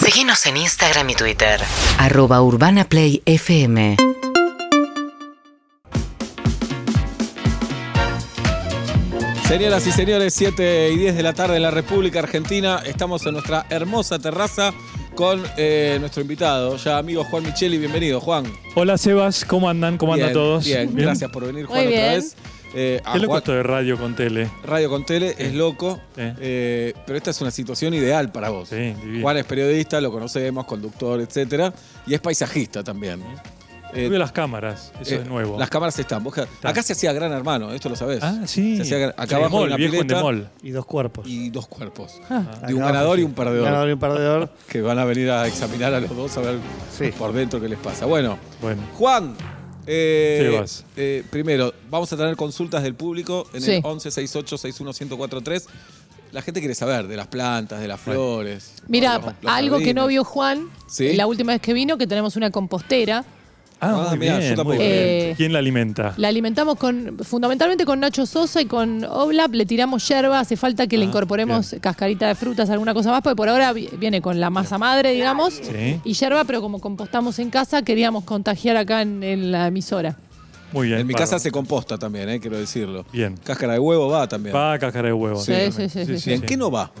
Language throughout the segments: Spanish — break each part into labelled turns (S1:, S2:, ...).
S1: Seguinos en Instagram y Twitter.
S2: arroba urbanaplayfm
S3: Señoras y señores, 7 y 10 de la tarde en la República Argentina, estamos en nuestra hermosa terraza con eh, nuestro invitado, ya amigo Juan Micheli, bienvenido Juan.
S4: Hola Sebas, ¿cómo andan? ¿Cómo andan
S3: Bien,
S4: todos?
S3: Bien, gracias por venir Juan
S5: Muy
S3: otra
S5: bien.
S3: vez. Eh, a
S4: Qué loco
S3: Juan-
S4: esto de radio con tele.
S3: Radio con Tele es loco,
S4: Sí.
S3: eh, pero esta es una situación ideal para vos.
S4: Sí, divino.
S3: Juan es periodista, lo conocemos, conductor, etcétera, y es paisajista también. Eh,
S4: Veo las cámaras, eso
S3: eh,
S4: es nuevo.
S3: Las cámaras están. vos- Acá se hacía Gran Hermano, esto lo sabés.
S4: Ah, sí.
S3: Se hacía Gran- acá
S4: Sí,
S3: abajo
S4: Endemol,
S3: hay una
S4: viejo
S3: pileta
S4: Endemol.
S6: Y dos cuerpos.
S3: y dos cuerpos.
S5: Ah.
S6: Acá
S3: de un
S6: abajo,
S3: ganador y
S6: sí.
S3: un perdedor.
S6: Ganador y un perdedor.
S3: que van a venir a examinar a los dos a ver
S6: Sí.
S3: por dentro qué les pasa. Bueno,
S4: Bueno,
S3: Juan, eh,
S4: Sebas.
S3: eh, primero, vamos a tener consultas del público en
S5: Sí.
S3: el 1168-61143. La gente quiere saber de las plantas, de las flores.
S5: Mira,
S3: los- los
S5: algo que no
S3: jardines.
S5: vio Juan
S3: Sí.
S5: la última vez que vino, que tenemos una compostera.
S4: ah,
S3: Ah,
S4: muy
S3: mirá, yo
S4: bien,
S3: tampoco.
S4: muy bien.
S5: Eh,
S4: ¿Quién la alimenta?
S5: La alimentamos con fundamentalmente con Nacho Sosa y con Oblap, le tiramos yerba, hace falta que le
S4: Ah,
S5: incorporemos cascarita de frutas, alguna cosa más, porque por ahora vi- viene con la masa madre, digamos,
S4: Sí.
S5: y yerba, pero como compostamos en casa, queríamos contagiar acá en, en la emisora.
S4: Muy bien.
S3: En mi
S4: bárbaro.
S3: casa se composta también, eh, quiero decirlo.
S4: Bien.
S3: Cáscara de huevo va también.
S4: Va a cáscara de huevo.
S3: Sí,
S4: también.
S5: sí, sí, sí,
S3: Bien, ¿qué no va?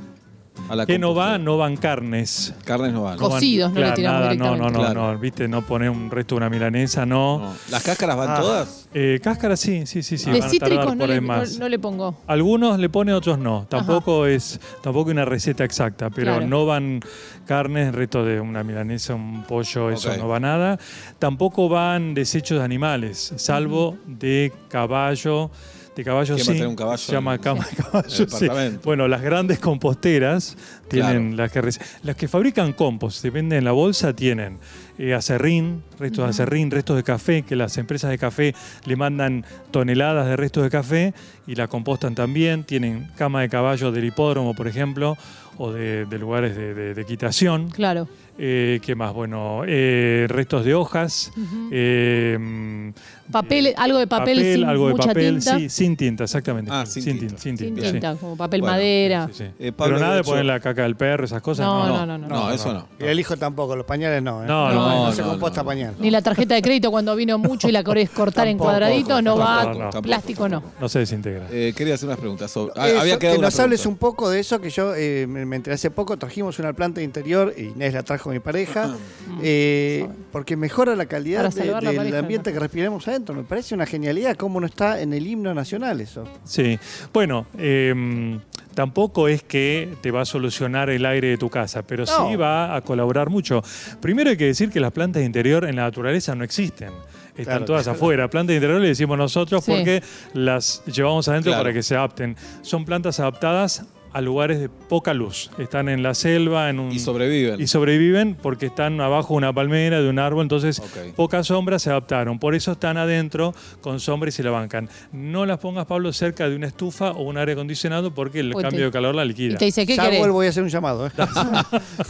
S3: A la
S4: ¿Qué no
S3: compostera?
S4: va? No van carnes.
S3: Carnes no van.
S4: No van-
S5: Cocidos, no le
S4: claro,
S5: tiramos
S4: nada, No, no, no,
S3: directamente.
S4: no. Viste, no poner un resto de una milanesa, no.
S3: No. ¿Las cáscaras van
S6: Ah.
S3: todas?
S4: Eh, cáscara sí, sí, sí, sí.
S5: de
S4: van a
S5: cítricos
S4: tardar
S5: no
S4: por
S5: le,
S4: ahí
S5: no-
S4: más.
S5: no le pongo.
S4: Algunos le pone, otros no. Tampoco es tampoco hay una receta exacta, pero
S5: Claro.
S4: no van carnes, resto de una milanesa, un pollo, eso
S3: Ok.
S4: no va nada. Tampoco van desechos de animales, salvo de caballo. De caballo
S3: ¿Quién va a
S4: sí.
S3: tener un caballo
S4: Se llama
S3: en-
S4: cama de caballo. sí.
S3: departamento?
S4: Bueno, las grandes composteras tienen las que rec- las que fabrican compost, depende en la bolsa tienen eh, acerrín, restos de acerrín, restos de café que las empresas de café le mandan toneladas de restos de café y la compostan también. Tienen cama de caballo del hipódromo, por ejemplo, o de, de lugares de, de- de equitación.
S5: Claro.
S4: Eh, ¿Qué más? Bueno, eh, restos de hojas. eh, mm,
S5: Papel,
S4: eh,
S5: algo de papel, sin
S4: algo de
S5: mucha
S4: papel,
S5: tinta.
S4: sí, sin tinta, exactamente.
S3: Ah, sin
S4: sin
S3: tinta.
S4: tinta. sin
S5: Sin
S4: tinta, sí.
S5: tinta, como papel
S3: Bueno,
S5: madera.
S4: Sí, sí.
S3: Eh, Pablo,
S4: Pero nada
S3: de
S4: de
S3: hecho-
S4: poner la caca del perro, esas cosas.
S5: No,
S4: No,
S5: no, no, no.
S3: No, eso no.
S6: Y el hijo tampoco, los pañales no. ¿eh?
S4: No, no,
S6: no,
S3: no,
S6: se
S3: no,
S6: composta
S3: no.
S6: pañal.
S5: Ni la tarjeta de crédito cuando vino mucho y la querés cortar en
S6: Tampoco,
S5: cuadraditos, no va.
S4: tampoco, tampoco,
S5: plástico no.
S4: No se desintegra.
S3: Eh, quería hacer unas preguntas. sobre- ah,
S6: Eso,
S3: había quedado
S6: que
S3: una
S6: nos hables
S3: pregunta.
S6: un poco de eso que yo eh, me me enteré hace poco. Trajimos una planta de interior, e Inés la trajo mi pareja,
S3: Ah.
S6: eh, porque mejora la
S5: Para
S6: calidad de-
S5: salvar la
S6: del
S5: pareja,
S6: ambiente
S5: ¿no?
S6: que respiremos adentro. Me parece una genialidad cómo no está en el himno nacional eso.
S4: Sí. Bueno, em, tampoco es que te va a solucionar el aire de tu casa, pero
S6: No.
S4: sí va a colaborar mucho. Primero hay que decir que las plantas de interior en la naturaleza no existen. Están
S6: Claro.
S4: todas afuera. Plantas de interior le decimos nosotros
S5: Sí.
S4: porque las llevamos adentro
S3: Claro.
S4: para que se adapten. Son plantas adaptadas a lugares de poca luz. Están en la selva, en un
S3: Y sobreviven.
S4: Y sobreviven porque están abajo de una palmera, de un árbol, entonces
S3: Ok.
S4: pocas sombras se adaptaron. Por eso están adentro con sombra y se la bancan. No las pongas, Pablo, cerca de una estufa o un aire acondicionado porque el
S5: Uy, te-
S4: cambio de calor la liquida.
S5: Y te dice, ¿qué
S6: ya
S5: querés?
S6: vuelvo voy a hacer un llamado. ¿eh?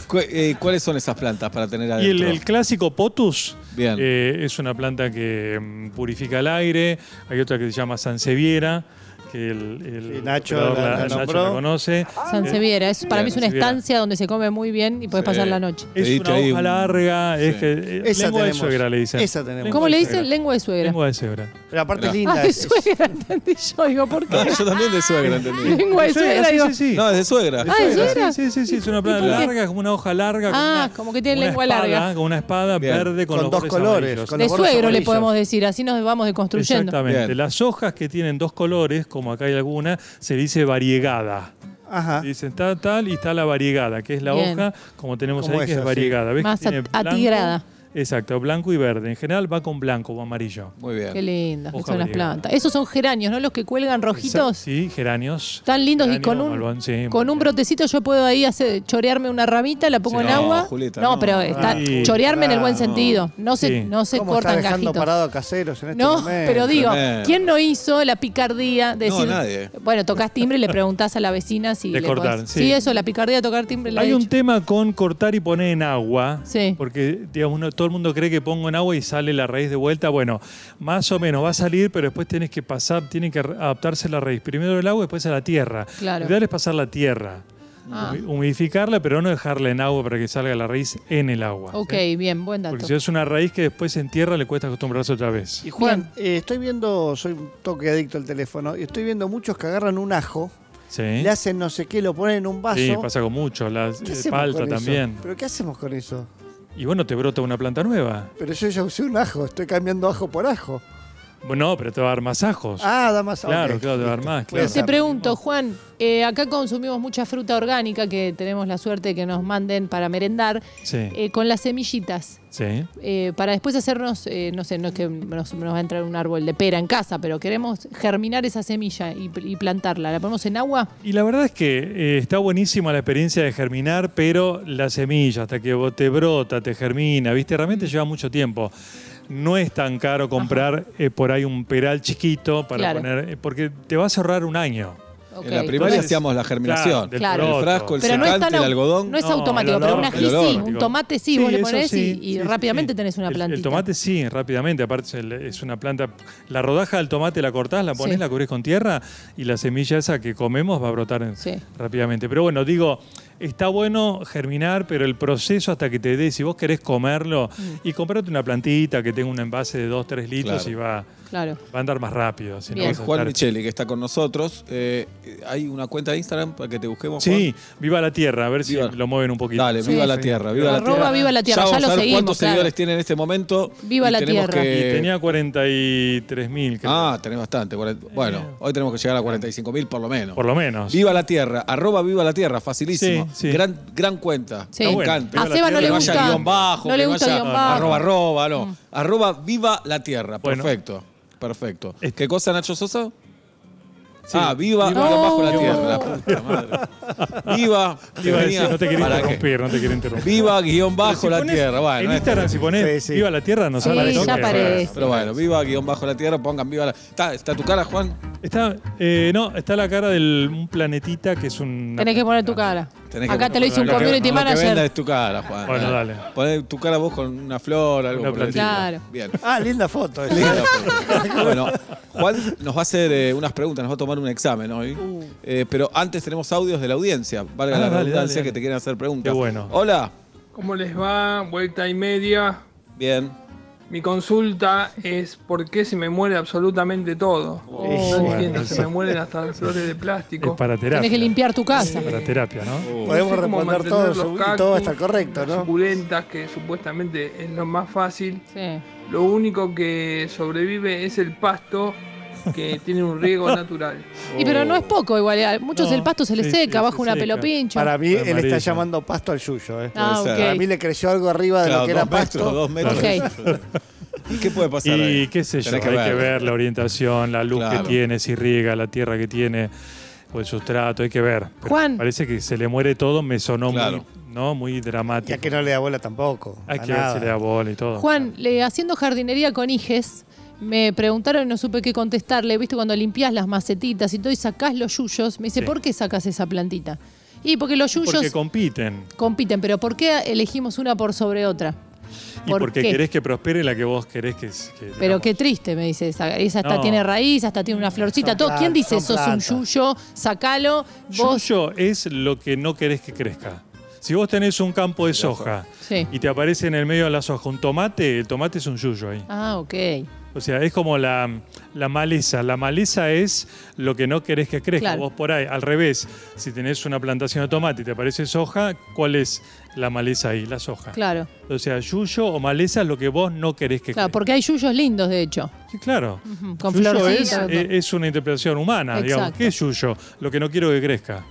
S3: Cu- eh, ¿Cuáles son esas plantas para tener
S4: Y el,
S3: adentro?
S4: el clásico potus
S3: Bien.
S4: eh, es una planta que mm, purifica el aire. Hay otra que se llama Sanseviera, que el, el
S6: Sí, Nacho
S4: operador
S6: la- la
S4: Nacho
S6: nombró.
S4: conoce.
S3: Ah.
S5: Sanseviera. Es, para mí es una
S4: Sanseviera.
S5: estancia donde se come muy bien y podés
S3: Sí.
S5: pasar la noche.
S4: Es
S3: Pediste
S4: una
S3: ahí
S4: hoja
S3: un-
S4: larga, es
S3: Sí.
S4: que, eh,
S6: Esa
S4: lengua
S6: tenemos.
S4: de suegra le dicen.
S6: Esa tenemos.
S5: ¿Cómo le
S4: de
S5: dicen?
S4: suegra.
S5: Lengua de suegra.
S4: Lengua de cebra.
S6: Pero aparte es
S3: Mirá.
S6: linda.
S5: Ah, de
S6: es-
S5: suegra, entendí yo. Digo, ¿por
S3: No,
S5: qué?
S3: yo también de suegra, entendí.
S5: Lengua de suegra,
S4: sí,
S5: digo.
S4: sí, sí.
S3: No, es de suegra.
S5: Ah, ¿en serio?
S4: Sí, sí, sí, sí, es una planta
S5: por qué?
S4: larga, como una hoja larga. con
S5: Ah,
S4: una-
S5: como que tiene
S4: una
S5: lengua
S4: espada,
S5: larga.
S4: Con una espada
S3: Bien.
S4: verde con,
S6: Con
S4: los
S6: dos
S4: bordes
S6: colores,
S4: amarillos.
S6: con
S5: De
S6: los bordes
S5: suegro le
S6: amarillos.
S5: podemos decir, así nos vamos deconstruyendo.
S4: Exactamente.
S3: Bien.
S4: Las hojas que tienen dos colores, como acá hay alguna, se dice variegada.
S6: Ajá.
S4: Dicen tal, tal y está la variegada, que es la
S5: Bien.
S4: hoja, como tenemos ahí,
S6: Como
S4: que
S6: esa,
S4: es
S6: sí.
S4: variegada. ¿Ves que
S5: Más
S4: tiene
S5: at-
S4: blanco?
S5: atigrada.
S4: Exacto, blanco y verde. En general va con blanco o amarillo.
S3: Muy bien.
S5: Qué lindas que
S4: Hoja
S5: son las
S4: variegada.
S5: plantas. Esos son geranios, ¿no? Los que cuelgan rojitos.
S4: Sí, geranios.
S5: Tan lindos y
S4: Geranio,
S5: con un,
S4: malvón, sí,
S5: con
S4: muy
S5: un
S4: bien.
S5: brotecito yo puedo ahí hacer, chorearme una ramita, la pongo
S3: Sí,
S5: en
S3: no,
S5: agua.
S3: Julieta,
S5: no,
S3: no.
S5: pero está,
S4: Sí.
S5: chorearme en el buen
S6: Ah,
S5: sentido. No se,
S4: Sí.
S5: no se
S6: ¿Cómo está
S5: cortan
S6: dejando
S5: gajitos.
S6: parado a caseros en este
S5: no,
S6: momento?
S5: pero digo,
S3: Tremendo.
S5: ¿quién no hizo la picardía de
S3: No,
S5: decir,
S3: nadie.
S5: bueno, tocas timbre y le preguntás a la vecina si
S4: De
S5: le
S4: cortar,
S5: podés-
S4: sí.
S5: eso, la picardía de tocar timbre la
S4: Hay
S5: he
S4: un
S5: hecho.
S4: tema con cortar y poner en agua.
S5: Sí.
S4: Porque, digamos, uno- todo el mundo cree que pongo en agua y sale la raíz de vuelta. Bueno, más o menos va a salir, pero después tenés que pasar, tiene que adaptarse la raíz. Primero el agua, después a la tierra.
S5: Claro.
S4: Lo ideal es pasar la tierra.
S5: Ah,
S4: Humidificarla, pero no dejarla en agua para que salga la raíz en el agua.
S5: ok,
S4: ¿sí?
S5: bien, buen dato.
S4: Porque si es una raíz que después se entierra, le cuesta acostumbrarse otra vez.
S6: Y Juan, eh, estoy viendo, soy un toque adicto al teléfono, y estoy viendo muchos que agarran un ajo,
S4: ¿Sí?
S6: le hacen no sé qué, lo ponen en un vaso.
S4: Sí, pasa con mucho. La eh,
S6: ¿Qué hacemos
S4: palta
S6: con eso?
S4: también.
S6: ¿Pero qué hacemos con eso?
S4: Y bueno, te brota una planta nueva.
S6: Pero yo ya usé un ajo, estoy cambiando ajo por ajo.
S4: Bueno, pero te va a dar más ajos.
S6: Ah, da más ajo.
S4: claro,
S6: ok,
S4: claro, te va a dar
S6: listo.
S4: más.
S6: Voy a
S4: Claro.
S5: Te
S6: hacer.
S5: pregunto, Juan, eh, acá consumimos mucha fruta orgánica que tenemos la suerte que nos manden para merendar,
S4: Sí,
S5: eh, con las semillitas.
S4: sí.
S5: eh, para después hacernos, eh, no sé, no es que nos, nos va a entrar un árbol de pera en casa, pero queremos germinar esa semilla y, y plantarla. ¿La ponemos en agua?
S4: Y la verdad es que eh, está buenísima la experiencia de germinar, pero la semilla, hasta que vos te brota, te germina, ¿viste?
S5: Mm.
S4: Realmente lleva mucho tiempo. No es tan caro comprar eh, por ahí un peral chiquito para
S5: Claro.
S4: poner, eh, porque te vas a ahorrar un año.
S5: Ok.
S3: En la primaria
S4: Entonces,
S3: hacíamos la germinación.
S4: del
S5: Claro.
S4: poroto.
S3: El frasco, el
S5: pero no es, tan
S3: secante, el
S5: au-
S3: algodón.
S5: no es
S4: No, el
S5: automático,
S4: olor,
S5: pero un
S4: el
S5: ají sí,
S3: olor.
S5: un tomate sí, vos le
S4: eso
S5: ponés
S4: sí,
S5: y, y
S4: sí, sí,
S5: rápidamente
S4: sí.
S5: tenés una
S4: El-
S5: plantita.
S4: El, tomate sí, rápidamente. Aparte, es el- es una planta. La rodaja del tomate la cortás, la pones,
S5: Sí.
S4: la cubrís con tierra y la semilla esa que comemos va a brotar en-
S5: Sí.
S4: rápidamente. Pero bueno, digo, está bueno germinar, pero el proceso hasta que te dé, si vos querés comerlo,
S5: Mm.
S4: y comprate una plantita que tenga un envase de 2-3 litros
S3: Claro.
S4: y va,
S5: Claro.
S4: va a andar más rápido. si no
S5: Bien.
S4: vas a
S3: Juan
S4: estar-
S3: Micheli, que está con nosotros. Eh, hay una cuenta de Instagram para que te busquemos. Juan.
S4: Sí, viva la tierra, a ver
S3: Viva.
S4: si lo mueven un poquito.
S3: Dale, viva la tierra, viva la
S5: Arroba
S3: tierra.
S5: viva la tierra,
S3: Ya,
S5: ya
S3: vamos
S5: lo
S3: a ver
S5: seguimos,
S3: cuántos
S5: claro.
S3: seguidores tiene en este momento.
S5: Viva
S3: Y
S5: la
S3: tenemos
S5: tierra.
S3: que-
S4: Y tenía 43.000, creo.
S3: eh, Ah, tenés bastante. cuarenta- Bueno, hoy tenemos que llegar a 45 mil por lo menos.
S4: por lo menos.
S3: Viva la tierra, arroba viva la tierra, facilísimo.
S4: Sí, sí.
S3: Gran, gran cuenta.
S5: Sí.
S3: Me
S5: Está
S4: bueno.
S3: encanta.
S5: A Seba no
S3: Que
S5: le
S3: vaya
S5: gusta.
S3: guión bajo,
S5: no le
S3: que
S5: gusta
S3: vaya
S5: guión bajo. Mm.
S3: Arroba arroba, no. Arroba viva la tierra.
S4: Bueno.
S3: Perfecto. Perfecto.
S4: Es-
S3: ¿Qué cosa, Nacho Sosa?
S4: Sí.
S3: Ah, viva,
S5: Viva- Oh.
S3: guión bajo la
S5: No.
S3: tierra. La puta madre. Viva,
S4: Te iba a decir,
S3: venía-
S4: no te quería
S3: ¿Para qué?
S4: interrumpir, no te quería interrumpir.
S3: Viva guión
S4: Pero
S3: bajo
S4: si
S3: la
S4: pones-
S3: tierra. Bueno,
S4: en
S3: esto-
S4: Instagram, si pones
S6: Sí, sí.
S4: viva la tierra, nos
S5: Sí,
S4: aparece.
S5: ya aparece.
S3: Pero bueno, viva guión bajo la tierra, pongan viva la. ¿Está, está tu cara, Juan?
S4: Está, eh, no, está la cara de un planetita que es un.
S5: Tenés que poner tu cara.
S3: Tenés que
S5: Acá te lo hizo un
S4: poner-
S5: community
S3: Lo que venda
S5: manager.
S3: es tu cara, Juan.
S4: Bueno,
S3: Eh.
S4: dale.
S3: Poné tu cara vos con una flor, algo
S4: Una
S3: por el estilo.
S5: plantita. Claro.
S3: Bien.
S6: Ah, linda foto. esa.
S3: Listo. bueno, Juan nos va a hacer eh, unas preguntas, nos va a tomar un examen hoy.
S5: Uh.
S3: Eh, pero antes tenemos audios de la audiencia, valga
S4: Ah,
S3: la
S4: dale, dale,
S3: redundancia,
S4: dale.
S3: que te quieren hacer preguntas.
S4: Qué bueno.
S3: Hola.
S7: ¿Cómo les va? Vuelta y media.
S3: Bien.
S7: Mi consulta es por qué se me muere absolutamente todo.
S5: Oh.
S7: No
S4: Bueno,
S7: entiendo,
S4: eso-
S7: se me mueren hasta las flores de
S4: Es
S7: plástico.
S4: para terapia.
S5: Tenés que limpiar tu casa.
S4: Para terapia, ¿no?
S6: Uh. Podemos
S7: No sé cómo
S6: responder
S7: mantener
S6: todo
S7: los
S6: su- y
S7: cactus,
S6: todo va a estar correcto,
S7: Las
S6: ¿no?
S7: suculentas, que supuestamente es lo más fácil.
S5: Sí.
S7: Lo único que sobrevive es el pasto, que tiene un riego natural.
S5: Y pero no es poco igual. A muchos
S4: No,
S5: el pasto se les
S4: Oh. sí,
S5: seca,
S4: sí,
S5: bajo
S4: se
S5: una
S4: seca.
S5: pelopincho.
S6: Para mí, él
S4: Amarillo.
S6: está llamando pasto al suyo. ¿eh?
S5: ah,
S3: puede ser.
S5: ok.
S6: Para mí le creció algo arriba de
S3: Claro,
S6: lo que era
S3: dos metros,
S6: pasto.
S3: dos metros.
S5: Ok.
S3: ¿Y qué puede pasar?
S4: Y
S3: ahí?
S4: qué sé yo, hay
S3: Tenés
S4: que ver. la orientación, la luz
S3: Claro.
S4: que tiene, si riega, la tierra que tiene, o el sustrato, hay que ver. Pero
S5: Juan.
S4: Parece que se le muere todo, me sonó
S3: Claro.
S4: muy, ¿no? muy
S6: Ya
S4: dramático.
S6: que no le da bola tampoco.
S4: hay
S6: a
S4: que ver
S6: nada.
S4: si le da bola y todo.
S5: Juan, le- haciendo jardinería con hijes, me preguntaron y no supe qué contestarle. Viste, cuando limpias las macetitas y todo y sacás los yuyos, me dice,
S4: Sí.
S5: ¿por qué sacás esa plantita? Y porque los yuyos
S4: Porque compiten.
S5: compiten, pero ¿por qué elegimos una por sobre otra?
S4: Y
S5: ¿Por
S4: porque
S5: qué?
S4: querés que prospere la que vos querés que. que,
S5: Pero
S4: digamos,
S5: qué triste, me dice. Esa, esa hasta
S4: No.
S5: tiene raíz, hasta tiene una florcita,
S6: Son
S5: todo. ¿Quién
S6: plantas,
S5: dice sos
S6: son
S5: un
S6: plantas.
S5: yuyo? Sacalo, vos.
S4: Yuyo es lo que no querés que crezca. Si vos tenés un campo de soja
S5: Sí.
S4: y te aparece en el medio de la soja un tomate, el tomate es un yuyo ahí.
S5: Ah, ok.
S4: O sea, es como la, la maleza. La maleza es lo que no querés que crezca.
S5: Claro.
S4: Vos por ahí, al revés, si tenés una plantación de tomate y te aparece soja, ¿cuál es la maleza ahí? La soja.
S5: Claro.
S4: O sea, yuyo o maleza es lo que vos no querés que
S5: Claro,
S4: crezca.
S5: porque hay yuyos lindos, de hecho.
S4: Sí, claro.
S5: Ujú, Con
S4: Yuyo es,
S5: florcitas.
S4: eh, es una interpretación humana, digamos.
S5: Exacto.
S4: ¿Qué es yuyo? Lo que no quiero que crezca.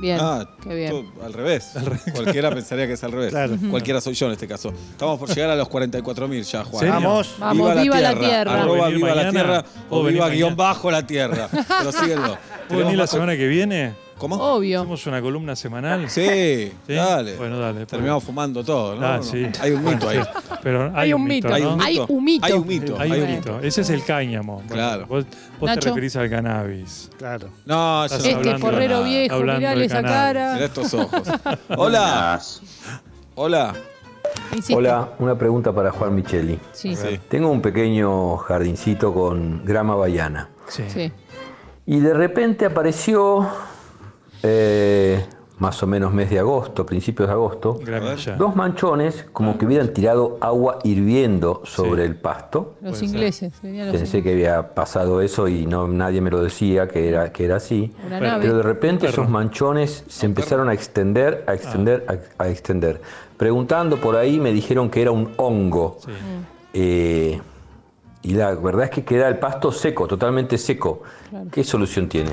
S5: Bien.
S3: Ah,
S5: qué bien.
S3: todo al revés. Cualquiera pensaría que es al revés.
S6: Claro.
S3: Cualquiera soy yo en este caso. Estamos por llegar a los 44.000 ya, Juan.
S4: ¿Serio?
S6: Vamos.
S5: Vamos, viva la tierra.
S3: Arroba
S4: ¿Puedo venir
S3: viva la
S4: mañana?
S3: tierra o
S4: ¿Puedo venir
S3: viva
S4: mañana?
S3: guión bajo la tierra. Pero síguenlo.
S4: ¿Puedo venir la
S3: Tenemos más-
S4: semana que viene?
S3: ¿Cómo?
S5: Obvio.
S4: ¿Hacemos una columna semanal?
S3: Sí,
S4: ¿Sí?
S3: dale.
S4: Bueno, dale. pues.
S3: Terminamos fumando todo, ¿no?
S4: Ah,
S3: No,
S4: sí.
S3: Hay un mito ahí.
S4: Pero hay, un mito,
S3: Hay
S4: ¿no?
S3: un
S5: Hay
S3: mito.
S5: un mito.
S3: Hay un mito.
S4: Hay
S3: hay
S4: un
S3: un
S4: mito. Ese es el cáñamo. Bueno,
S3: Claro.
S4: Vos, vos te
S5: Nacho.
S4: referís al cannabis.
S6: Claro.
S3: No, yo
S4: Estás
S3: no
S5: Este
S3: hablo
S4: hablando de
S5: forrero
S3: nada.
S5: viejo,
S4: Hablando
S5: mirá
S4: de
S5: esa
S4: cannabis.
S3: Mirá
S5: cara.
S3: estos ojos. Hola. Hola.
S5: Insisto.
S8: Hola, una pregunta para Juan Micheli.
S5: Sí, sí.
S3: Sí.
S8: Tengo un pequeño jardincito con grama bayana
S4: Sí.
S8: y de repente apareció eh, más o menos mes de agosto, principios de agosto,
S4: Gramilla.
S8: dos manchones como que hubieran tirado agua hirviendo sobre
S4: Sí.
S8: el pasto.
S5: Los ingleses. venían los
S8: Pensé que había pasado eso y no nadie me lo decía que era, que era así.
S5: Una
S4: Pero-
S5: nave.
S8: Pero de repente
S4: Perro.
S8: esos manchones se empezaron a extender, a
S4: Ah.
S8: extender, a, a extender. Preguntando por ahí me dijeron que era un hongo.
S4: Sí.
S8: Eh, y la verdad es que queda el pasto seco, totalmente seco. ¿Qué solución tiene?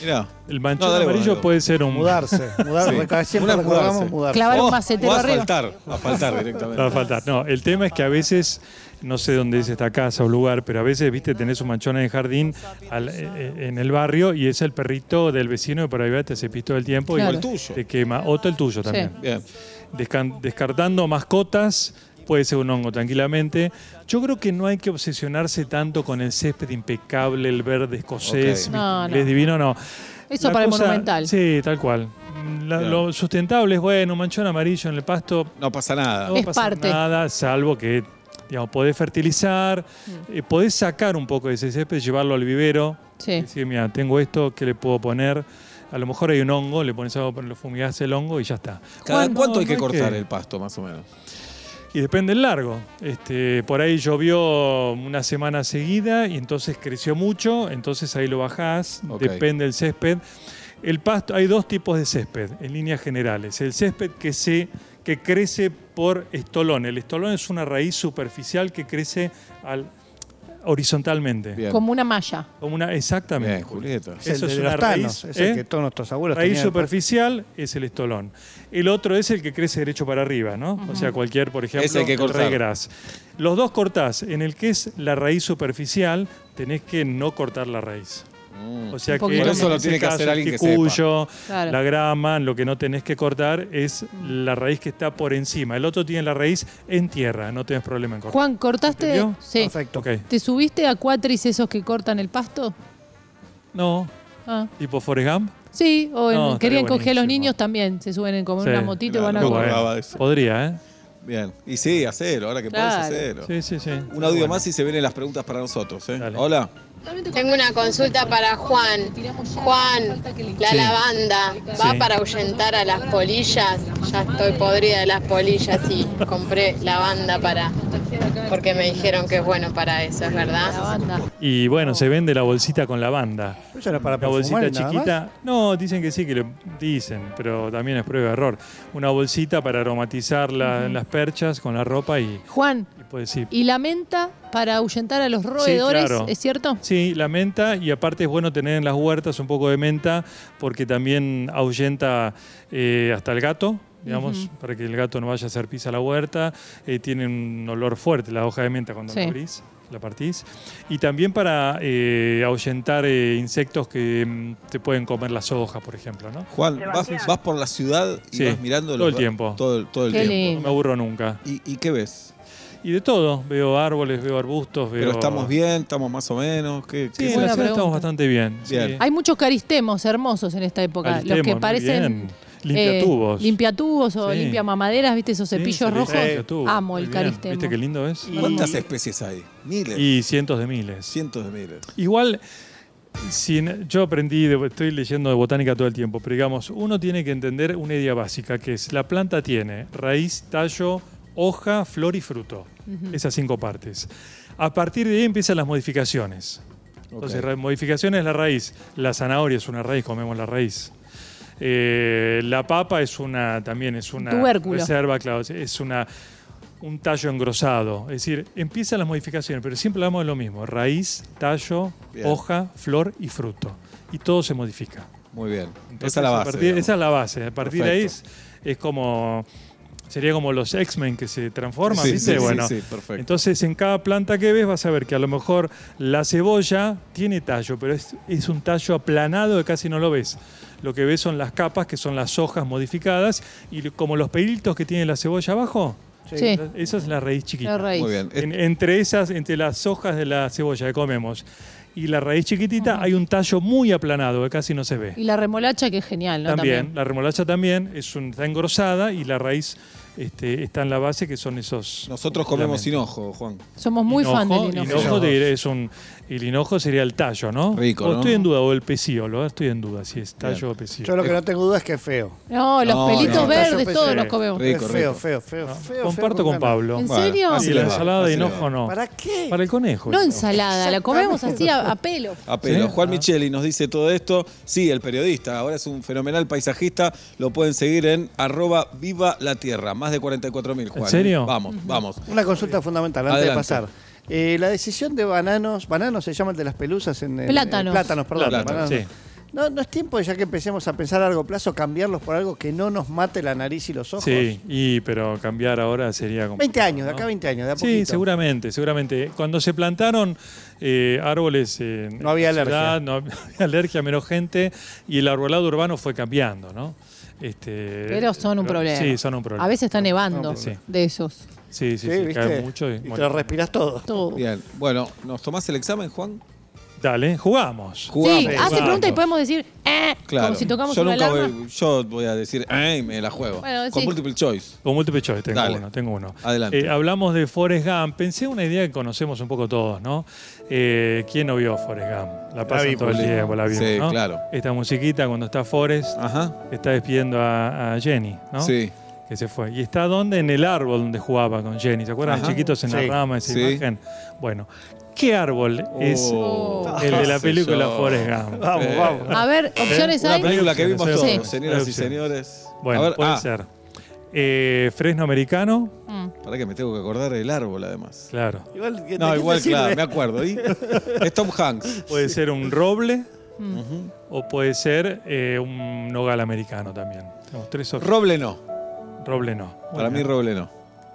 S3: Mirá.
S4: El manchón
S3: No, dale,
S4: amarillo
S3: bueno.
S4: puede ser un.
S6: Mudarse, mudarse.
S3: Sí.
S6: reca- Siempre
S3: Una
S6: recordamos
S3: mudarse.
S6: mudarse.
S5: Clavar un
S3: O-
S5: macetero
S3: o
S5: arriba.
S3: asfaltar, asfaltar directamente.
S4: No, va a faltar. No, el tema es que a veces, no sé dónde es esta casa o lugar, pero a veces, viste, tenés un manchón en el jardín al- eh, eh, en el barrio y es el perrito del vecino que por ahí va, te cepilló todo el tiempo
S5: Claro.
S4: y
S5: O el
S3: tuyo.
S4: te quema. O el tuyo también.
S3: Bien.
S4: Descan- descartando mascotas, puede ser un hongo tranquilamente. Yo creo que no hay que obsesionarse tanto con el césped impecable, el verde escocés,
S3: Ok.
S5: No,
S4: inglés
S5: no.
S4: divino, no.
S5: Eso para el Monumental.
S4: Sí, tal cual. La-
S3: Claro.
S4: Lo sustentable es, bueno, un manchón amarillo en el pasto,
S3: No pasa nada.
S4: no
S5: Es
S4: pasa
S5: parte.
S4: nada, salvo que, digamos, podés fertilizar,
S5: Mm.
S4: eh, podés sacar un poco de ese césped, llevarlo al vivero,
S5: Sí.
S4: decir, mira, tengo esto, ¿qué le puedo poner? A lo mejor hay un hongo, le pones algo, lo fumigás el hongo y ya está.
S3: Cada-
S4: No,
S3: ¿Cuánto hay
S4: no
S3: que cortar el pasto, más o menos?
S4: y depende el largo. Este, por ahí llovió una semana seguida y entonces creció mucho, entonces ahí lo bajás,
S3: Ok.
S4: depende el césped. El pasto, hay dos tipos de césped en líneas generales. El césped que se que crece por estolón. El estolón es una raíz superficial que crece al- horizontalmente.
S3: Bien.
S5: Como una malla.
S4: Como una, exactamente.
S3: Bien, Julieta.
S6: Es el
S4: Eso
S6: de
S4: es
S6: los
S4: una
S6: tanos,
S4: raíz,
S6: es el
S4: ¿eh?
S6: que todos nuestros abuelos
S4: raíz
S6: tenían.
S4: superficial es el estolón. El otro es el que crece derecho para arriba, ¿no? O sea, cualquier, por ejemplo,
S3: Ese hay que
S4: el
S3: cortar.
S4: regras. Los dos cortás. En el que es la raíz superficial, tenés que no cortar la raíz.
S3: Mm,
S4: O sea
S5: Un
S4: que
S5: poquito Por eso
S3: lo
S4: en
S3: tiene que
S4: ese
S3: hacer
S4: caso, el
S3: alguien que
S4: quicuyo,
S5: Claro.
S4: la grama, lo que no tenés que cortar es la raíz que está por encima. El otro tiene la raíz en tierra, no tenés problema en cortar.
S5: Juan, ¿cortaste?
S4: ¿Entendió?
S5: Sí.
S6: Perfecto.
S4: Ok.
S5: ¿Te subiste a cuatris esos que cortan el pasto?
S4: No,
S5: Ah.
S4: tipo Forrest Gump,
S5: Sí, o en-
S4: No,
S5: querían
S4: estaría
S5: coger a los
S4: buenísimo.
S5: niños también. Se suben en como en
S4: Sí,
S5: una motita y
S3: claro,
S5: van a
S3: no,
S5: correr.
S3: bueno. acordaba de eso.
S4: podría, ¿eh?
S3: Bien. Y sí, hacelo, ahora que
S5: Claro.
S3: podés hacelo.
S4: Sí, sí, sí.
S3: Un audio más y se vienen las preguntas para nosotros. ¿eh?
S4: Dale.
S3: Hola.
S9: Tengo una consulta para Juan. Juan, la
S4: Sí.
S9: lavanda, ¿va
S4: Sí.
S9: para ahuyentar a las polillas? Ya estoy podrida de las polillas y compré lavanda para... Porque me dijeron que es bueno para eso, ¿es
S5: La
S9: verdad?
S5: banda.
S4: Y bueno, se vende la bolsita con la banda.
S6: Pero Eso era para
S4: Una
S6: perfumar
S4: bolsita
S6: y nada más.
S4: chiquita. No, dicen que sí, que lo dicen, pero también es prueba de error. Una bolsita para aromatizar la- las perchas con la ropa y,
S5: Juan,
S4: y puedes ir.
S5: ¿y la menta para ahuyentar a los roedores?
S4: claro.
S5: ¿Es cierto?
S4: Sí, la menta, y aparte es bueno tener en las huertas un poco de menta porque también ahuyenta eh, hasta el gato. Digamos, para que el gato no vaya a hacer pis a la huerta. Eh, tiene un olor fuerte la hoja de menta cuando la
S5: Sí.
S4: abrís, la partís. Y también para eh, ahuyentar eh, insectos que mm, te pueden comer las hojas, por ejemplo, ¿no?
S3: Juan, vas, vas por la ciudad y
S4: Sí,
S3: vas mirando
S4: todo
S3: los-
S4: el tiempo.
S3: Todo, el- todo el
S5: Qué
S3: tiempo.
S5: lindo.
S4: No me aburro nunca.
S3: ¿Y, y qué ves?
S4: Y de todo, veo árboles, veo arbustos, veo...
S3: Pero, estamos bien, estamos más o menos. ¿Qué,
S4: Sí,
S3: qué-
S4: en la ciudad
S5: Buena pregunta.
S4: estamos bastante bien. sí.
S3: Bien.
S5: Hay muchos caristemos hermosos en esta época. los
S4: Alistemos,
S5: que
S4: muy
S5: parecen. eh,
S4: bien. Limpiatubos.
S5: limpiatubos o
S4: Sí.
S5: limpiamamaderas, mamaderas, ¿viste esos
S4: Sí,
S5: cepillos
S4: se le
S5: rojos?
S4: dice limpiatubos.
S5: Amo
S4: Muy
S5: el
S4: bien.
S5: caristemo.
S4: ¿Viste qué lindo es?
S3: ¿Cuántas especies hay? Miles.
S4: Y cientos de miles.
S3: Cientos de miles.
S4: Igual, sin, yo aprendí, de- estoy leyendo de botánica todo el tiempo, pero digamos, uno tiene que entender una idea básica, que es la planta tiene raíz, tallo, hoja, flor y fruto. Esas cinco partes. A partir de ahí empiezan las modificaciones. Entonces,
S3: Ok.
S4: ra- modificaciones es la raíz. La zanahoria es una raíz, comemos la raíz. Eh, la papa es una, también es una
S5: Tubérculo.
S4: reserva, claro, es una, un tallo engrosado. Es decir, empiezan las modificaciones, pero siempre hablamos de lo mismo: raíz, tallo,
S3: Bien.
S4: hoja, flor y fruto. Y todo se modifica.
S3: Muy bien.
S4: Entonces,
S3: esa es la
S4: a
S3: base.
S4: partir-
S3: digamos.
S4: esa es la base. A partir de ahí es,
S3: Perfecto.
S4: es como. Sería como los X-Men que se transforman,
S3: Sí,
S4: ¿viste?
S3: sí, sí,
S4: bueno,
S3: sí, perfecto.
S4: entonces en cada planta que ves vas a ver que a lo mejor la cebolla tiene tallo, pero es, es un tallo aplanado que casi no lo ves. Lo que ves son las capas, que son las hojas modificadas, y lo- como los pelitos que tiene la cebolla abajo,
S5: Sí,
S4: esa es la raíz chiquita.
S5: la raíz.
S3: Muy bien.
S4: En- entre esas, entre las hojas de la cebolla que comemos y la raíz chiquitita, hay un tallo muy aplanado que casi no se ve.
S5: Y la remolacha, que es genial, ¿no?
S4: También, la remolacha también es un- está engrosada y la raíz este, está en la base, que son esos.
S3: Nosotros comemos sin
S4: filamentos.
S3: ojo, Juan.
S5: Somos muy fan del hinojo.
S4: hinojo de- es un, el hinojo sería el tallo, ¿no?
S3: Rico,
S4: O
S3: ¿no?
S4: Estoy en duda, o el pecíolo, ¿eh? estoy en duda si es tallo o pecíolo.
S6: Yo lo que no tengo duda es que es feo.
S5: No, los
S3: No,
S5: pelitos
S3: no.
S5: verdes,
S6: Yo
S5: todos
S4: pensé-
S5: los comemos.
S3: Rico,
S6: es feo,
S3: rico.
S6: feo, feo, feo, feo.
S4: Comparto
S6: feo,
S4: con
S6: ganas.
S4: Pablo.
S5: ¿En serio?
S3: así
S4: Y
S3: le
S4: la
S3: va,
S4: ensalada de
S3: así le
S4: hinojo
S3: va.
S4: no.
S6: ¿Para qué?
S4: Para el conejo.
S5: No ensalada, la comemos así a, a pelo.
S3: A pelo.
S4: Sí.
S3: Juan
S4: Ah.
S3: Micheli nos dice todo esto. Sí, el periodista. Ahora es un fenomenal paisajista. Lo pueden seguir en arroba viva la tierra. Más de 44 mil, Juan.
S4: ¿En serio?
S3: Vamos, vamos.
S6: Una consulta fundamental antes
S3: Adelante.
S6: de pasar. Eh, la decisión de bananos, bananos se llaman de las pelusas en, en- en
S5: Plátanos.
S6: plátanos, perdón,
S3: Plátanos,
S6: bananos. No, no es tiempo ya que empecemos a pensar a largo plazo cambiarlos por algo que no nos mate la nariz y los ojos.
S4: Sí, y, pero cambiar ahora sería como.
S6: 20 años, de acá 20 años, de a
S4: Sí,
S6: poquito.
S4: seguramente, seguramente. Cuando se plantaron eh, árboles en
S6: No había
S4: en la
S6: alergia.
S4: no había alergia, menos gente, y el arbolado urbano fue cambiando, ¿no? Este,
S5: Pero son un problema.
S4: Sí, son un problema.
S5: A veces está nevando
S4: Sí.
S5: de esos.
S4: Sí, sí,
S6: Sí,
S4: sí,
S6: ¿viste?
S4: cae mucho. y,
S6: Y te
S4: bueno.
S6: lo respiras todo.
S5: Todo.
S3: Bien. Bueno, ¿nos tomás el examen, Juan?
S4: Dale, jugamos.
S5: Sí,
S3: Jugamos.
S5: hace preguntas y
S4: Vamos.
S5: podemos decir, eh,
S3: Claro.
S5: como si tocamos
S3: yo
S5: una
S3: nunca
S5: alarma.
S3: voy, yo voy a decir, "Eh", y me la juego.
S5: Bueno,
S3: Con
S5: sí.
S3: multiple choice.
S4: Con múltiple choice, tengo
S3: Dale.
S4: uno, tengo uno.
S3: Adelante.
S4: Eh, hablamos de Forrest Gump. Pensé una idea que conocemos un poco todos, ¿no? Eh, ¿Quién no vio Forrest Gump? La pasan
S6: vimos,
S4: todo el
S3: sí.
S4: tiempo, la vimos,
S3: Sí,
S4: ¿no?
S3: claro.
S4: Esta musiquita cuando está Forrest,
S3: Ajá.
S4: está despidiendo a, a Jenny, ¿no? Ah,
S3: Sí.
S4: Que se fue. ¿Y está dónde? En el árbol donde jugaba con Jenny. ¿Se acuerdan?
S3: Ajá.
S4: Chiquitos en
S6: Sí.
S4: la rama, esa
S3: Sí.
S4: imagen. Bueno, ¿qué árbol es
S3: Oh,
S4: el de
S3: qué
S4: la
S3: sé
S4: película
S3: yo.
S4: Forrest Gump?
S6: Vamos,
S3: Eh,
S6: vamos.
S5: A ver, opciones
S3: Una
S5: hay.
S3: película que
S4: Hay
S3: vimos
S4: opciones,
S3: todos,
S4: sí.
S3: señoras
S4: Hay
S3: y señores.
S4: Bueno,
S3: A ver,
S4: puede
S3: ah,
S4: ser. Eh, fresno americano,
S5: Mm.
S3: Para que me tengo que acordar del árbol, además.
S4: claro.
S6: Igual, ¿de qué
S3: No,
S6: te
S3: igual,
S6: sirve?
S3: claro, me acuerdo. ¿Y? Es Tom Hanks.
S4: Puede ser un roble o puede ser eh, un nogal americano también. Tenemos tres opciones.
S3: Roble no.
S4: roble no.
S3: Para mí,
S4: Bueno,
S3: Roble no.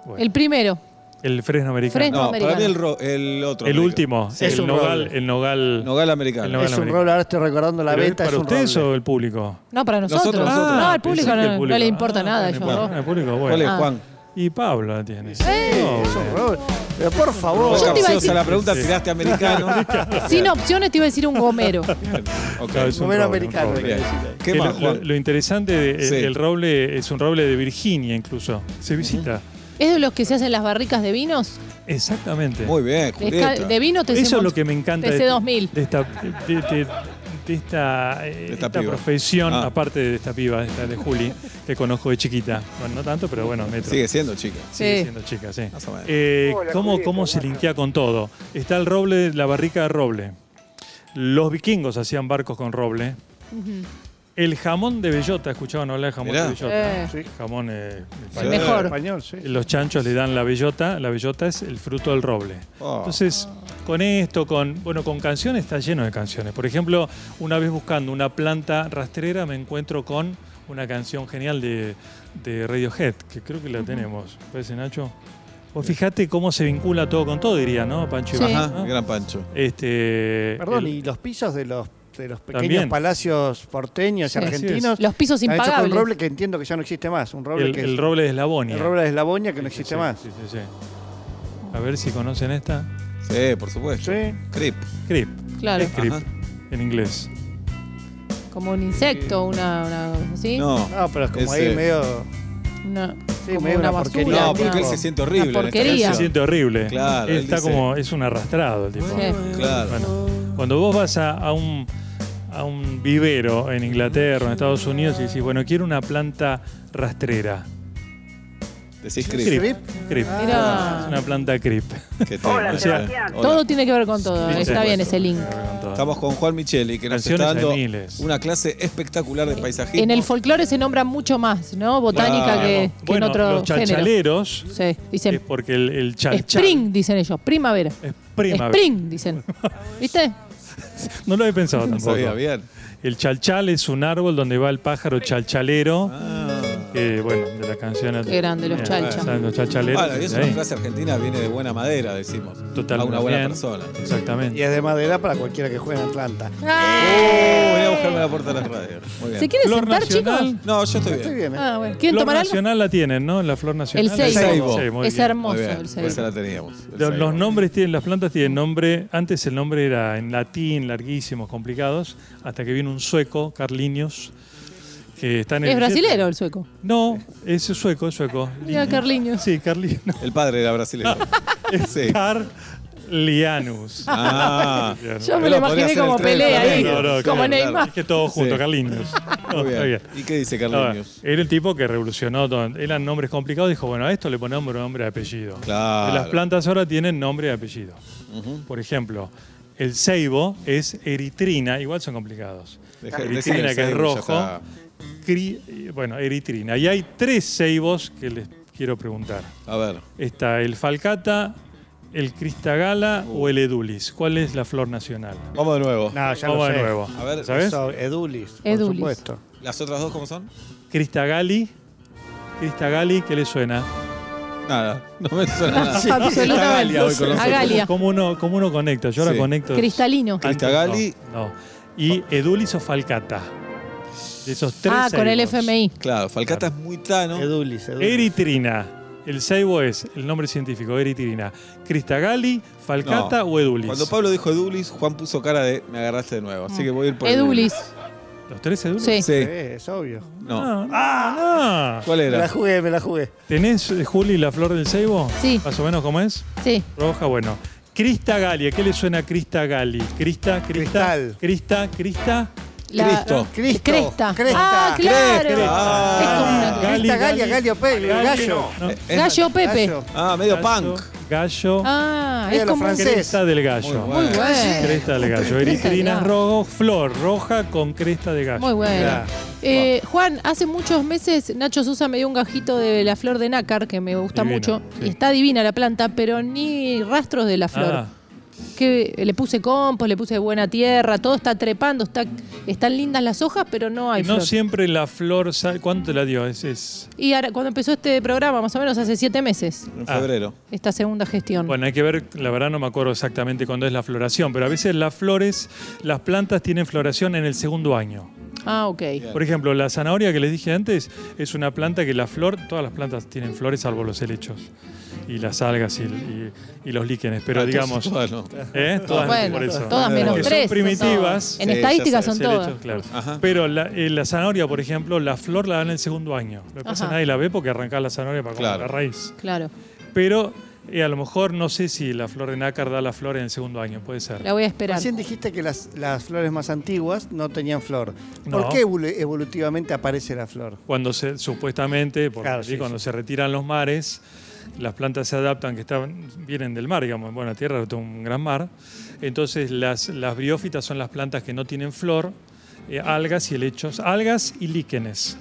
S4: bueno.
S5: El primero.
S4: el fresno americano.
S5: Fresno.
S3: No, para
S5: americano.
S3: mí el, ro- el otro.
S4: El
S3: americano.
S4: último,
S6: Sí, es
S4: el,
S6: un
S4: nogal,
S6: roble.
S4: el nogal.
S3: Nogal americano.
S4: El
S6: Es un rol, ahora estoy recordando la
S4: ¿Pero es
S6: venta.
S4: ¿Para
S6: es un
S4: ustedes
S6: roble.
S4: o el público?
S5: No, para nosotros.
S3: Nosotros, nosotros.
S5: No, al público
S4: pensé que
S5: no,
S4: el
S5: no
S4: público.
S5: le importa
S4: Ah,
S5: nada.
S4: no
S5: yo,
S4: importa.
S5: ¿no?
S4: El público, bueno.
S3: ¿Cuál es,
S5: Ah.
S3: Juan?
S4: Y Pablo la tiene.
S3: Eh.
S6: Es un roble. Pero por favor.
S3: Vos
S5: Yo te iba a
S3: capciosa
S5: decir-
S3: la pregunta, tiraste americano.
S5: Sin opciones te iba a decir un gomero.
S3: Ok.
S4: Claro, es un
S6: Comer
S4: roble,
S6: americano.
S4: un roble.
S3: Bien. ¿Qué
S4: Que
S3: más,
S4: lo, lo-
S3: Juan?
S4: lo interesante de-
S3: Sí.
S4: el roble es un roble de Virginia incluso. Se visita.
S5: ¿Es de los que se hacen las barricas de vinos?
S4: Exactamente.
S3: Muy bien,
S5: Les ca-
S3: Julieta.
S5: De vino te
S4: Eso
S5: hacemos-
S4: es lo que me encanta de,
S5: TC2000.
S4: de esta, de, de- de esta, eh,
S3: esta
S4: esta
S3: piba.
S4: profesión,
S3: Ah.
S4: aparte de esta piba, de, esta, de Juli, que conozco de chiquita. Bueno, no tanto, pero bueno, metro.
S3: Sigue siendo, chica.
S4: Sigue
S5: Sí.
S4: siendo chica, sí.
S3: Más o menos.
S4: Eh, ¿Cómo, cómo se linkea con todo? Está el roble, la barrica de roble. Los vikingos hacían barcos con roble. El jamón de bellota, escuchaban hablar de jamón
S3: Mirá.
S4: de bellota.
S5: Eh.
S6: Sí.
S4: Jamón eh,
S5: El mejor.
S6: Español, sí.
S4: los chanchos le dan la bellota, la bellota es el fruto del roble.
S3: Oh.
S4: Entonces, con esto, con bueno, con canciones está lleno de canciones. Por ejemplo, una vez buscando una planta rastrera me encuentro con una canción genial de, de Radiohead, que creo que la tenemos. ¿Parece Nacho? Vos fíjate cómo se vincula todo con todo, diría, ¿no? Pancho y
S5: Sí.
S4: Baja,
S3: Ajá,
S4: ¿no?
S3: Ah, gran Pancho.
S4: Este.
S6: Perdón,
S4: el-
S6: y los pisos de los, de los pequeños
S4: También.
S6: palacios porteños
S4: Sí,
S6: y
S4: así
S6: argentinos.
S5: Los pisos
S6: están hechos con un
S5: impagables.
S6: roble que entiendo que ya no existe más. Un roble
S4: el,
S6: que
S4: el
S6: es-
S4: roble de Eslavonia.
S6: el roble de Eslavonia que no
S4: Sí,
S6: existe
S4: sí,
S6: más.
S4: sí, sí, sí. A ver si conocen esta.
S3: Sí, por supuesto.
S6: Sí.
S3: Crip.
S4: Creep.
S5: Claro,
S4: Es creep
S3: Ajá.
S4: en inglés.
S5: como un insecto, una, una cosa así.
S3: No.
S4: Ah,
S6: No, pero es como ahí
S3: Ese-
S6: medio.
S5: Una,
S6: Sí,
S5: como
S6: medio
S5: una
S6: una
S5: basura.
S6: porquería,
S3: No, porque él
S6: tipo-
S3: se siente horrible.
S5: Una
S3: en esta
S5: porquería.
S4: Se
S3: canción.
S4: siente horrible.
S3: Claro,
S4: Él
S3: él
S4: está
S3: dice-
S4: como, es un arrastrado el tipo.
S5: Sí.
S3: Claro.
S4: Cuando vos vas a, a un, a un vivero en Inglaterra, en Estados Unidos, y decís, bueno, quiero una planta rastrera.
S3: Decís
S4: Creep.
S3: Crip.
S4: Creep.
S5: Mirá.
S4: Es una planta creep.
S3: Que tengo,
S4: Hola,
S3: o sea,
S4: Sebastián.
S3: hola.
S5: Todo tiene que ver con todo.
S4: Sí,
S5: Está
S4: sí.
S5: bien ese link.
S3: Estamos con Juan Micheli, que nos
S4: Canciones
S3: está dando
S4: hay miles.
S3: una clase espectacular de paisajismo.
S5: En el folclore se nombra mucho más, ¿no? Botánica
S3: Claro.
S5: que, que
S4: bueno,
S5: en otro
S4: los
S5: género.
S4: chalchaleros
S5: Sí,
S4: es
S5: dicen
S4: porque el, el chalchal
S5: spring, dicen ellos, primavera.
S4: es primavera.
S5: Spring, dicen. ¿Viste?
S4: No lo había pensado
S3: No
S4: tampoco.
S3: sabía bien.
S4: El chalchal es un árbol donde va el pájaro
S3: Ah.
S4: chalchalero. que, bueno, de la canción.
S5: Qué grande, los chalchas.
S4: Los chalchaleros.
S3: Bueno, y eso
S4: de ahí.
S3: la frase argentina viene de buena madera, decimos.
S4: Totalmente.
S3: A una buena
S4: Bien.
S3: persona.
S6: Y
S4: Exactamente.
S6: es de madera para cualquiera que juegue en Atlanta.
S3: Oh, voy a buscarme la puerta de la radio. Muy bien.
S5: ¿Se quiere
S4: Flor
S5: sentar,
S4: nacional.
S5: chicos?
S3: No, yo estoy bien.
S6: Estoy bien, ¿eh?
S5: Ah, bueno. ¿Quieren
S4: Flor
S5: tomar algo?
S4: nacional la tienen, ¿no? La flor nacional.
S5: El ceibo.
S4: Sí, muy
S5: es
S4: bien.
S3: Muy
S5: hermoso
S3: bien,
S5: el ceibo.
S3: Esa la teníamos. el
S4: Los, los
S3: ceibo.
S4: nombres tienen, las plantas tienen nombre, antes el nombre era en latín, larguísimos, complicados, hasta que vino un sueco, Carlinius, que están en
S5: Es
S4: el billete.
S5: brasilero el sueco.
S4: No, es sueco, es sueco.
S5: Mira, Carliño.
S4: Sí, Carliño.
S3: El padre era brasileño. sí.
S4: Carlianus.
S3: Ah,
S5: Yo
S3: Pero
S5: me lo
S3: podría
S5: imaginé
S3: ser el
S5: como
S3: tren
S5: pelea ahí,
S3: Flamengo.
S4: No, no,
S5: como
S4: claro,
S5: Neymar.
S4: Es que todo junto,
S3: Sí.
S4: Carliños. No,
S3: muy
S4: está
S3: bien.
S4: bien.
S3: ¿Y qué dice
S4: Ahora,
S3: Carliños?
S4: Ah, Era el tipo que revolucionó todo. Eran nombres complicados. Dijo, bueno, a esto le ponemos nombre y apellido.
S3: Claro.
S4: Las plantas ahora tienen nombre y apellido. Por ejemplo, el ceibo es eritrina. Igual son complicados.
S3: Deja- decime
S4: eritrina,
S3: el
S4: que es
S3: Facebook, ya
S4: rojo.
S3: está.
S4: Cri- eh, bueno, eritrina. Y hay tres ceibos que les quiero preguntar.
S3: A ver.
S4: Está el falcata, el cristagala o el edulis. ¿Cuál es la flor nacional?
S3: Vamos de nuevo.
S6: No, ya
S4: Vamos
S6: lo
S4: de
S6: sé.
S4: nuevo.
S3: A ver,
S4: ¿Sabes?
S6: Eso, Edulis, por
S5: Edulis.
S6: supuesto.
S3: ¿Las otras dos cómo son?
S4: Cristagali. Cristagali, ¿qué le suena?
S3: Nada, no me suena nada.
S5: Sí, absolutamente.
S3: Está Galia hoy con
S5: A
S3: nosotros.
S5: Galia.
S4: ¿Cómo uno, cómo uno conecta? Yo la
S3: Sí.
S4: conecto.
S5: Cristalino.
S4: antes,
S3: Cristagali.
S4: No, no. Y Edulis o Falcata. De esos tres.
S5: Ah, con el
S4: ceibos.
S5: FMI.
S3: Claro, Falcata es muy tano.
S6: Edulis, Edulis.
S4: Eritrina. El ceibo es el nombre científico, eritrina. Cristagali, Falcata
S3: No.
S4: o Edulis.
S3: Cuando Pablo dijo Edulis, Juan puso cara de me agarraste de nuevo.
S5: Ah.
S3: Así que voy a ir por
S5: Edulis.
S4: ¿Los tres Edulis?
S5: Sí.
S6: Sí,
S3: Sí,
S6: es obvio.
S3: no.
S4: Ah, ah, no.
S3: ¿Cuál
S6: Me la
S3: era?
S6: jugué, me la jugué.
S4: ¿Tenés, eh, Juli, la flor del ceibo?
S5: Sí.
S4: Más o menos, ¿cómo es?
S5: Sí.
S4: Roja, bueno. Crista Gali, ¿a qué le suena Crista Gali? Crista, Crista,
S6: Cristal.
S4: Crista, Crista. Oh.
S3: Cristo.
S6: Cristo.
S5: Cresta.
S6: Cresta.
S5: Ah, claro.
S4: Ah.
S3: Cresta.
S5: Es como una cosa.
S4: Gali,
S6: Crista Galia,
S4: Gali.
S6: Galio Pe- Gallo.
S4: No.
S3: Eh, es-
S5: Gallo Pepe.
S6: Gallo.
S3: Ah, medio
S4: Gallo,
S3: punk.
S4: Gallo,
S5: Ah,
S6: Mira
S5: es
S6: los
S5: como.
S6: franceses.
S4: cresta del gallo.
S3: Muy
S5: Muy
S3: bueno.
S5: bueno.
S4: Cresta del gallo.
S5: Cresta
S4: Eritrina
S5: del
S4: rojo, flor roja con cresta de gallo.
S5: Muy bueno.
S6: Mirá.
S5: Eh, Juan, hace muchos meses Nacho Sosa me dio un gajito de la flor de nácar que me gusta
S4: Divino,
S5: mucho.
S4: sí.
S5: Y está divina la planta, pero ni rastros de la flor.
S4: Ah,
S5: que le puse compost, le puse buena tierra, todo está trepando, está, están lindas las hojas, pero no hay
S4: no
S5: flor.
S4: siempre la flor sale. ¿Cuánto te la dio? Es, es-
S5: Y ahora, cuando empezó este programa, más o menos hace siete meses,
S3: En
S4: Ah.
S3: febrero.
S5: esta segunda gestión.
S4: Bueno, hay que ver, la verdad no me acuerdo exactamente cuándo es la floración, pero a veces las flores, las plantas tienen floración en el segundo año.
S5: Ah, ok.
S4: Por ejemplo, la zanahoria que les dije antes es una planta que la flor, todas las plantas tienen flores salvo los helechos y las algas y, y- y los líquenes, pero
S3: Ah,
S4: digamos,
S3: entonces, bueno.
S4: ¿eh? todas
S5: Bueno,
S4: por eso.
S5: todas menos
S4: Que son
S5: tres. son
S4: primitivas.
S5: todas. En
S3: Sí,
S5: estadísticas
S3: ya
S5: son
S4: Sí,
S5: todas.
S4: helechos, claro.
S3: Ajá.
S4: Pero la, eh, la zanahoria, por ejemplo, la flor la dan en el segundo año. Lo que pasa es
S5: Ajá.
S4: que nadie la ve porque arrancás la zanahoria para comer
S3: Claro.
S4: la raíz.
S5: Claro.
S4: Pero eh, a lo mejor no sé si la flor de nácar da la flor en el segundo año, puede ser.
S5: La voy a esperar.
S6: Recién dijiste que las, las flores más antiguas no tenían flor.
S4: No.
S6: ¿Por qué evolu- evolutivamente aparece la flor?
S4: cuando se, supuestamente, por
S6: Claro,
S4: allí,
S6: sí,
S4: cuando
S6: sí.
S4: se retiran los mares, las plantas se adaptan, que estaban, vienen del mar, digamos, bueno, la tierra es un gran mar. Entonces las, las briófitas son las plantas que no tienen flor, eh, algas y helechos, algas y líquenes.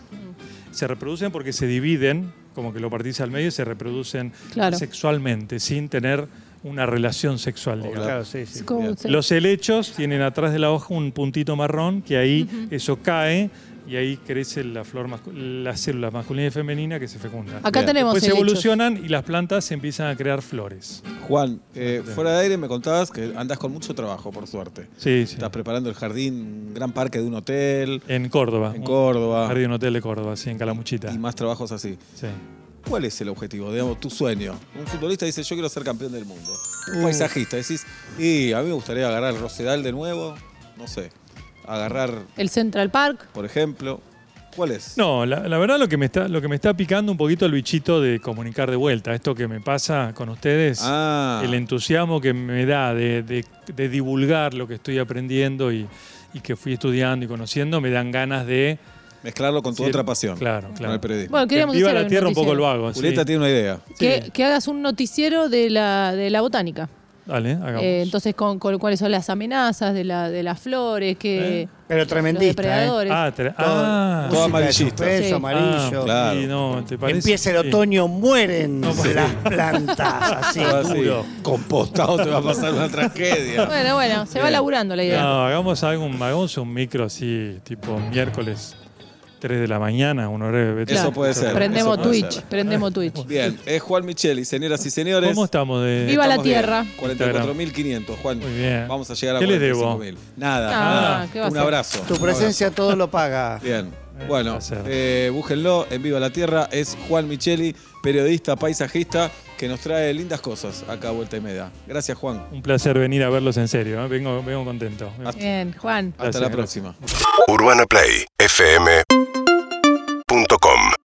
S4: Se reproducen porque se dividen, como que lo partís al medio, y se reproducen
S5: Claro.
S4: sexualmente, sin tener una relación sexual, digamos.
S6: Claro, sí,
S5: Es
S6: sí.
S5: como un-
S4: Los helechos tienen atrás de la hoja un puntito marrón que ahí eso cae y ahí crece la flor mascu- las células masculina y femenina que se fecundan.
S5: Acá
S3: Bien.
S5: tenemos
S4: Después se
S5: helechos.
S4: evolucionan y las plantas empiezan a crear flores.
S3: Juan, eh, fuera de aire me contabas que andás con mucho trabajo, por suerte.
S4: Sí, sí.
S3: Estás preparando el jardín, un gran parque de un hotel
S4: En Córdoba.
S3: en
S4: un
S3: Córdoba
S4: Jardín Hotel de Córdoba, sí, en Calamuchita.
S3: y más trabajos así.
S4: Sí.
S3: ¿Cuál es el objetivo? Digamos, tu sueño. Un futbolista dice, yo quiero ser campeón del mundo.
S4: Uh.
S3: Un paisajista, decís, y a mí me gustaría agarrar el Rosedal de nuevo, no sé, agarrar,
S5: El Central Park.
S3: por ejemplo, ¿cuál es?
S4: No, la, la verdad lo que, me está, lo que me está picando un poquito el bichito de comunicar de vuelta, esto que me pasa con ustedes,
S3: Ah.
S4: el entusiasmo que me da de, de- de divulgar lo que estoy aprendiendo y, y que fui estudiando y conociendo, me dan ganas de...
S3: Mezclarlo con tu
S4: Sí,
S3: otra pasión.
S4: claro,
S3: Con
S4: claro.
S3: el periodismo.
S5: Bueno, queríamos
S4: Viva
S5: hacer
S4: la
S5: un
S4: tierra un poco lo
S5: noticiero.
S4: hago. Ah, sí.
S3: Julieta tiene una idea.
S5: Que,
S4: Sí.
S5: que hagas un noticiero de la, de la botánica.
S4: Dale, hagamos.
S5: Eh, entonces, con, con cuáles son las amenazas de, la, de las flores, que
S4: Eh.
S6: Pero
S5: los
S6: tremendista, ¿eh?
S5: depredadores.
S4: ah, tra-
S6: Todo-
S4: ah,
S3: Todo
S6: música de
S3: amarillista.
S6: suspenso,
S5: Sí.
S6: amarillo.
S4: ah,
S3: Claro.
S4: sí, no, ¿te parece?
S6: Empieza el
S4: Sí. pues
S6: otoño, mueren las plantas, así
S3: Todo así,
S6: duro.
S3: Ah, Compostado te va a pasar una tragedia.
S5: Bueno, bueno, se va laburando la idea.
S4: No, hagamos, algún, hagamos un micro así, tipo miércoles 3 de la mañana, un horario de
S3: Eso puede ser.
S5: Prendemos
S3: eso puede
S5: Twitch,
S3: ser.
S5: prendemos Twitch.
S3: Bien, es Juan Micheli, señoras y señores.
S4: ¿Cómo estamos de...?
S5: Viva la
S3: Estamos bien.
S5: tierra.
S3: 44.500, Juan.
S4: Muy bien.
S3: Vamos a llegar a
S4: ¿Qué les debo?
S3: 45.000. Nada,
S5: Ah,
S3: nada.
S5: ¿qué va a
S3: Un
S5: ser?
S3: abrazo.
S6: Tu
S3: un
S6: presencia todo lo paga.
S3: abrazo. Bien.
S4: un
S3: Bueno,
S4: placer.
S3: eh, búsquenlo en Viva la Tierra. Es Juan Micheli, periodista, paisajista, que nos trae lindas cosas acá a vuelta y media. Gracias, Juan.
S4: Un placer venir a verlos en serio, ¿eh? vengo, vengo contento.
S3: Hasta
S5: Bien, Juan.
S3: Hasta
S4: Gracias,
S3: la
S4: gracias.
S3: próxima.
S10: UrbanaPlay.fm.com